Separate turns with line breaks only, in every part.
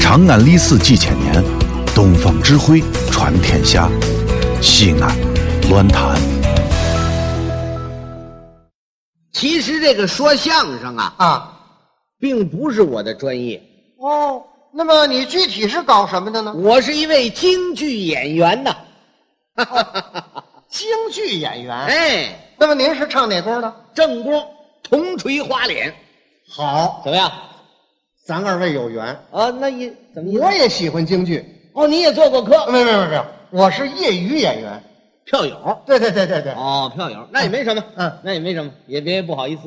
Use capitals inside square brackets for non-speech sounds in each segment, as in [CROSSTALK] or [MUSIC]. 长安历史几千年，东方智慧传天下。西安，乱谈。
其实这个说相声啊，
啊，
并不是我的专业，
哦，那么你具体是搞什么的呢？
我是一位京剧演员呐。
京剧演员。，
哎，
那么您是唱哪工的？
正宫铜锤花脸，
好，
怎么样？
咱二位有缘。
啊，那也怎么
我也喜欢京剧。
哦，你也做过
啊
客，
没有没有没有没有，我是业余演员。
票友。
对对对对对，
哦，票友，那也没什么，
嗯
那也没什么，也别不好意思。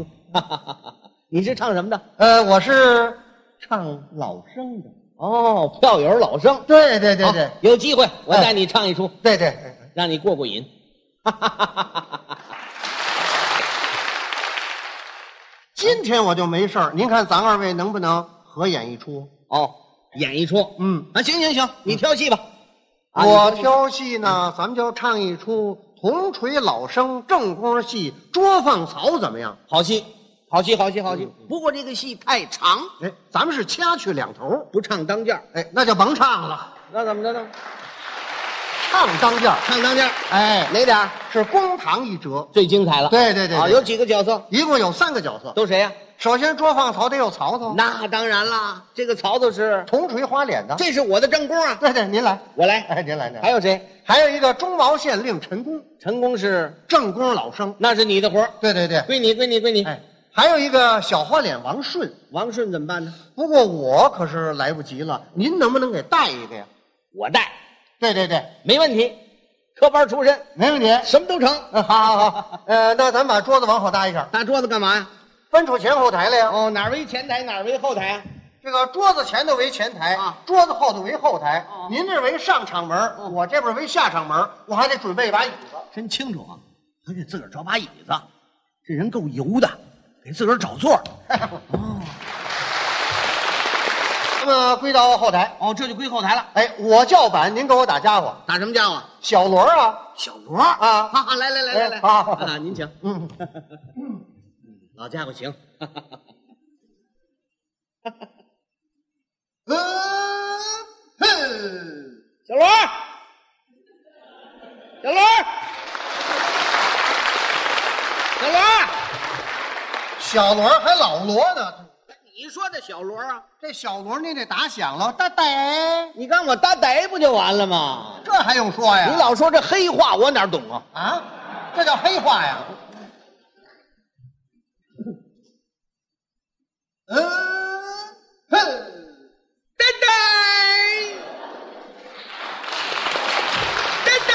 [LAUGHS] 你是唱什么的？
呃，我是唱老生的。
哦，票友老生。
对对对对
好有机会我
哎
带你唱一出，
对对，
让你过过瘾。
今天我就没事儿，您看咱二位能不能合演一出？
哦，演一出，
嗯
啊，行行行，你挑戏吧。啊
我
你
挑戏呢，咱们就唱一出铜锤老生正宫戏《捉放曹》，怎么样？
好戏，好戏，好戏，好戏。不过这个戏太长，
哎，咱们是掐去两头儿。
不唱当间儿
哎，那就甭唱了，
那怎么着呢？
唱当件儿。
唱当间儿
哎，
哪点儿
是公堂一折，
最精彩了？
对对对对
啊，有几个角色？
一共有三个角色。
都谁呀？
首先捉放曹得有曹操，
那当然啦，这个曹操是，
铜锤花脸的。
这是我的正宫啊，
对对，您来，
我来。
哎，您来，您来。
还有谁？
还有一个中毛县令陈宫，
陈宫是，
正宫老生。
那是你的活儿，
对对对，
归你，归你，归你。
哎，还有一个小花脸王顺。
王顺怎么办呢？
不过我可是来不及了，您能不能给带一个呀？
我带，
对对对，
没问题，科班出身，
没问题。
什么都成。
嗯， [LAUGHS] 好好好，呃，那咱把桌子往后搭一下，
搭桌子干嘛呀？
分出前后台来呀。
哦，哪儿为前台，哪儿为后台啊？
这个桌子前头为前台
啊
桌子后头为后台。
哦
您这为上场门，我这边为下场门，我还得准备一把椅子。
真清楚啊，他给自个儿找把椅子，这人够油的，给自个儿找座儿。
那么归到后台，
哦，这就归后台了。
哎，我叫板，您给我打家伙，
打什么架啊？
小罗啊，
小罗儿
啊
哈哈，来来来来来，
哎好
啊，您请，
嗯，
[LAUGHS] 老家伙请。
嗯哼，
小罗儿，小罗儿，小罗儿，
小罗还老罗呢，
你说的小罗儿啊？
这小罗你得打响了，哒得，
你让我搭呆不就完了吗？
这还用说呀？
你老说这黑话，我哪儿懂啊？
啊，这叫黑话呀。嗯哼。
呆呆，呆呆，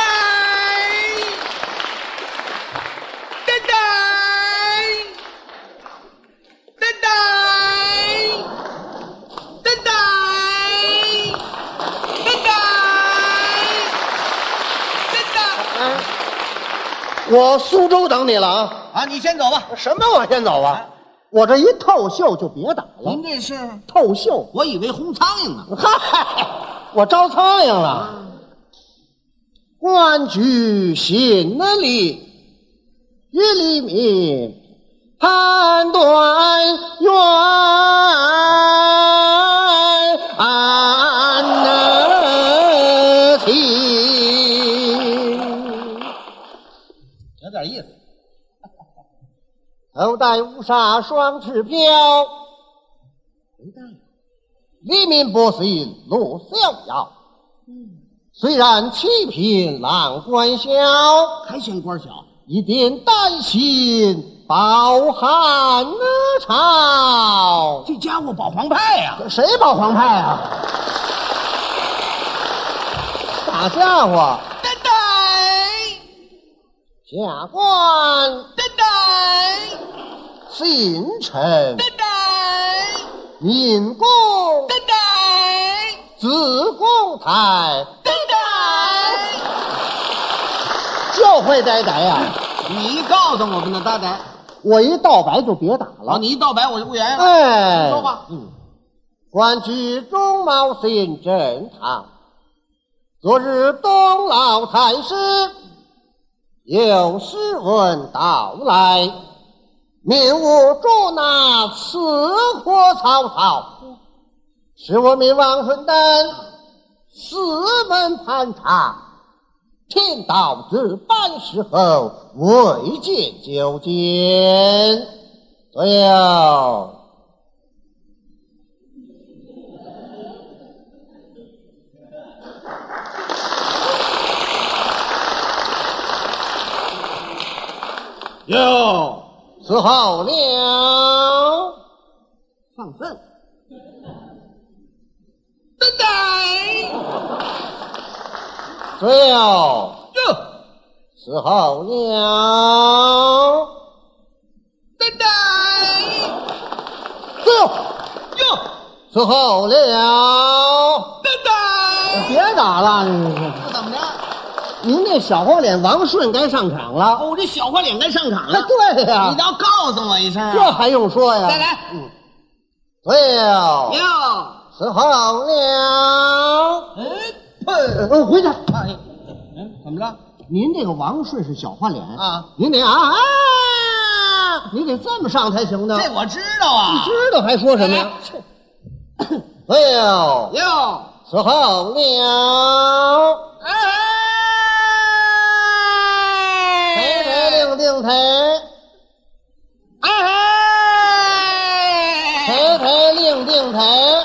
呆呆，呆呆，呆呆，呆呆，呆呆。
我苏州等你了啊！
啊，你先走吧。
什么？我先走啊！我这一透袖就别打了，
这是？
透袖，
我以为轰苍蝇呢。
[LAUGHS] 嗨，我招苍蝇了。公安局新里一里民判断员安情。
有点意思。
[LAUGHS] 头戴乌纱双翅飘，黎民不信路逍遥。虽然七品郎官小，
还嫌官小？
一点丹心保汉朝。
这家伙保皇派呀、
谁保皇派啊？大家伙，
呆呆。
下官
呆呆，
信臣
呆呆，
民工
呆呆，
自贡台。
呆呆。
就会呆呆呀、
你告诉我们的呆呆，
我一倒白就别打
老
了。
你一告白我就不原谅。
哎，
啊说吧，
嗯，官居中茂新正堂，昨日东老太师有诗文到来，命吾捉拿此货曹操，使我们王混蛋四门盘查，骗导至办事后未见九见。左右，
哟，
伺候了。
放粪。
等待。对哦，
哟，
伺候了。
等等。
伺
哟，
伺候了。
等等。
别打了，你
这怎么着？
您那小花脸王顺该上场了。
哦，这小花脸该上场了。
对呀、
你倒告诉我一声啊。
这还用说呀？
再来。
对哦，
哟，
伺候了。
嗯，喷。
呃，回去。
哎，嗯，怎么着？
您这个王顺是小花脸
啊，
您得啊啊，你得这么上才行的。
这我知道啊。
知道还说什么呀？哎呦，
哟，
伺候了，
哎，
抬抬定定抬，
哎，
抬抬定定抬。啊，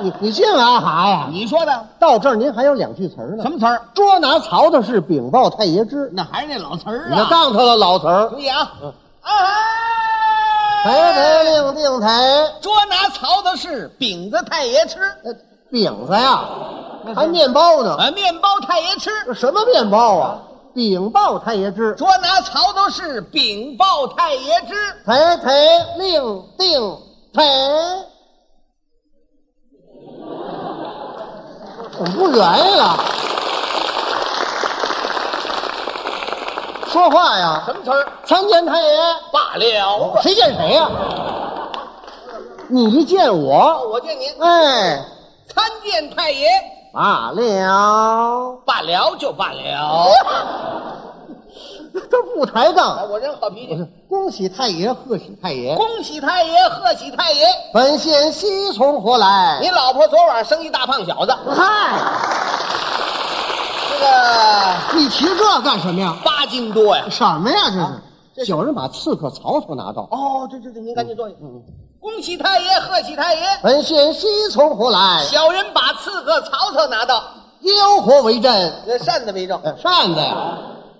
你你净啊哈呀！
你说的
到这儿您还有两句词儿呢。
什？么词儿？
捉拿曹操是禀报太爷知。
那还是那老词儿
你那
啊。
当头了老词儿，
注意啊！哎，
抬抬定定抬。
捉拿曹操是饼子太爷吃，
那饼子呀，还面包呢？
啊，面包太爷吃。
这什么面包啊？禀报太爷知。
捉拿曹操是禀报太爷知，
抬抬令定抬，怎么不圆了？说话呀！
什么词儿？
参见太爷，
罢了吧。
谁见谁呀、你见我，
我见您
哎，
参见太爷，
罢了，
罢了就罢了。
这不抬
哎，
杠。
我人好脾气。
恭喜太爷，贺喜太爷！
恭喜太爷，贺喜太爷！
本县西从何来？
你老婆昨晚生一大胖小子，
嗨，
这个
你提这干什么呀？
八斤多呀。
什么呀？这是有人把刺客曹操拿到。
啊哦，对对对，您赶紧坐下。嗯，恭喜太爷，贺喜太爷！
本县哎西从何来？
小人把刺客曹操拿到，
妖活为证，
这扇子为证。
呃扇子呀，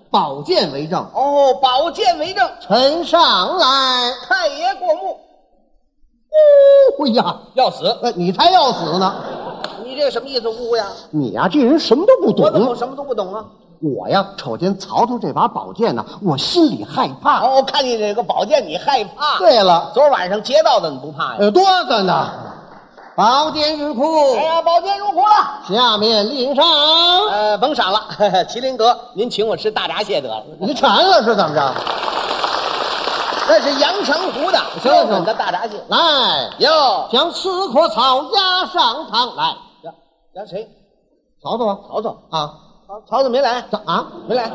宝剑为证。
哦，宝剑为证。
臣上来，
太爷过目，
呜哎呀！
要死！
呃，你才要死呢！
你这什么意思？啊呜呀！
你呀、这人什么都不
我怎么
懂。
什么都不懂啊？
我呀，瞅见曹操这把宝剑呢，我心里害怕。
哦，看见这个宝剑你害怕？，
对了，
昨晚上劫道的你不怕呀？
有多个呢？宝剑入库
哎，呀，宝剑入库了。
下面领上。
呃，甭赏了， [LAUGHS] 麒麟阁，您请我吃大闸蟹得了。
你馋了是怎么着？
那是阳澄湖的标准的大闸蟹。
来，
哟，
将刺客曹押上堂来。
杨杨谁？
曹操啊，
曹操。
啊，
曹曹操没来，
这啊，
没来，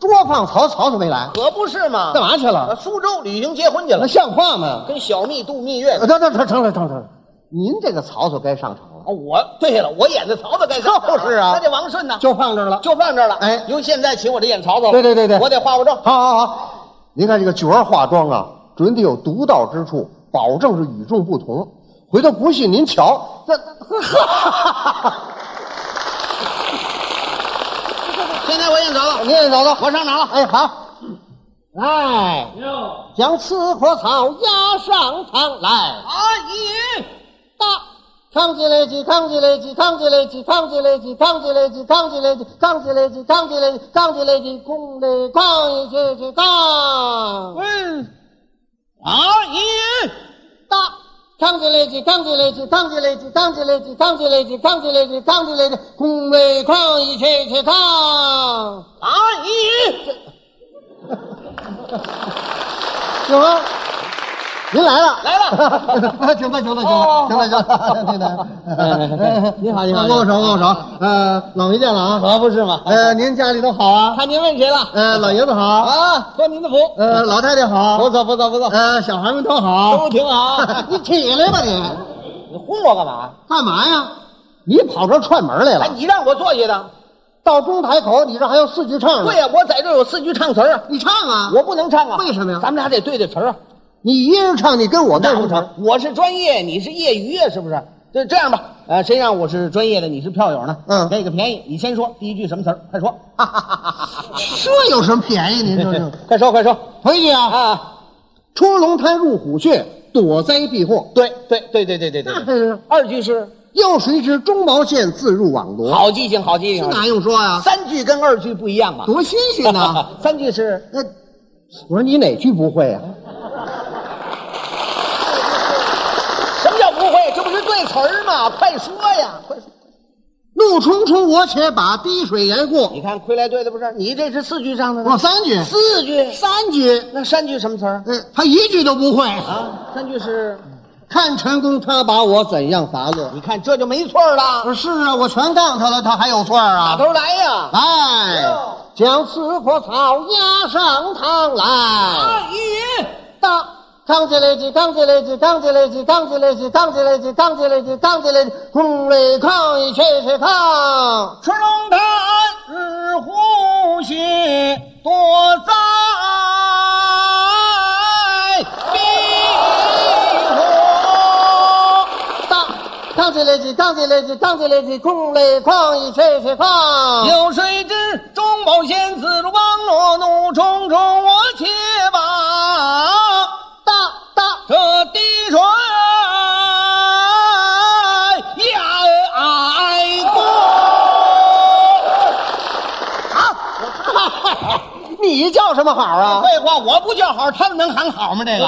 捉放曹，曹操没来，
可不是嘛？
干嘛去
啊？
了？
苏州旅行结婚去
那
了，
像话吗？
跟小蜜度蜜月
呃
去。
等等等，成了成了成了，您这个曹操该上场了，
哦，我对了，我演的曹操该上场了
就是啊
那这王顺呢？
就放这儿了。
就放这儿了。
哎
由现在请我这演曹操了。
对对对对
我得化化妆。
好好好，您看这个角儿化妆啊，准得有独到之处，保证是与众不同。回头不信您瞧，这
现在我演曹操，
您也找到。
我上场了。
哎，好，来，将刺客曹押上堂来。
啊一，
大，扛起来起，扛起来起，扛起来起，扛起来起，扛起来起，扛起来起，扛起来起，扛起来起，扛起来起，空的扛一起起扛。
嗯，啊一，
大，扛起来起，扛起来起，扛起来起，扛起来起，扛起来起，扛起来起，扛起来起，空的扛一起起扛。
啊一，
行吗？您来了，
来了，
[LAUGHS] 请吧，请吧，请
哦
吧，请吧，请吧， [LAUGHS] 您来。哎您好，您好， [LAUGHS] 握手，握手。呃，老没见了啊，
可不是嘛。
呃，您家里头好啊，
看您问谁了
呃，老爷子好，
啊？托您的福，
呃，老太太好，
错不错不错，
呃，小孩们都好。
挺好
你起来吧你，
[LAUGHS] 你轰我干嘛？
干嘛呀？你跑这儿串门来
哎，
了？
你让我坐下的。
到中台口，你这还有四句唱呢。
对呀、我在这儿有四句唱词儿啊，
你唱啊！
我不能唱啊。
为什么呀
咱们俩得对对词儿啊。
你一人唱，你跟我对不成？
我是专业，你是业余啊，是不是？这这样吧，呃，谁让我是专业的，你是票友呢？
嗯
给你个便宜，你先说第一句什么词儿？快 [LAUGHS] 说，
这有什么便宜？您说这
快说，快说
同意啊？
哎啊！
出龙潭入虎穴，躲灾避祸。
对对对对对对对
那
对。
真是
二句是
又谁知中毛线自入网罗？，
好记性，好记性。
哪用说呀、
三句跟二句不一样吧？啊
多新
[LAUGHS]
鲜呐！
三句是
那我说你哪句不会啊？
什么叫不会？这不是对词儿吗？快说呀，快说！
怒冲冲，我且把滴水言过。
你看亏来对的不是？你这是四句唱的呢
我三句，
四句，
三句，
那三句什么词儿？
呃，他一句都不会。
啊，三句是，
看陈宫他把我怎样罚落？
你看这就没错儿了，
是啊，我全告他了，他还有错儿
打
啊？
头来呀！
哎，将刺破草压上堂来。
啊一
当当起来去，当起来去，当起来去，当起来去，当起来去，当起来去，当起来去，宫里抗一切切抗。
出龙潭日呼吸，多灾避祸。
当当起来去，当起来去，当起来去，宫里抗一切切抗。
有谁知中某仙子路王罗怒冲冲，我且把
当当
这滴水掩过。
你叫什么好啊？
废话，我不叫好，他们能喊好吗？这个。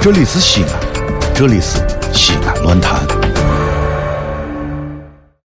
这里是西安，这里是西安乱坛。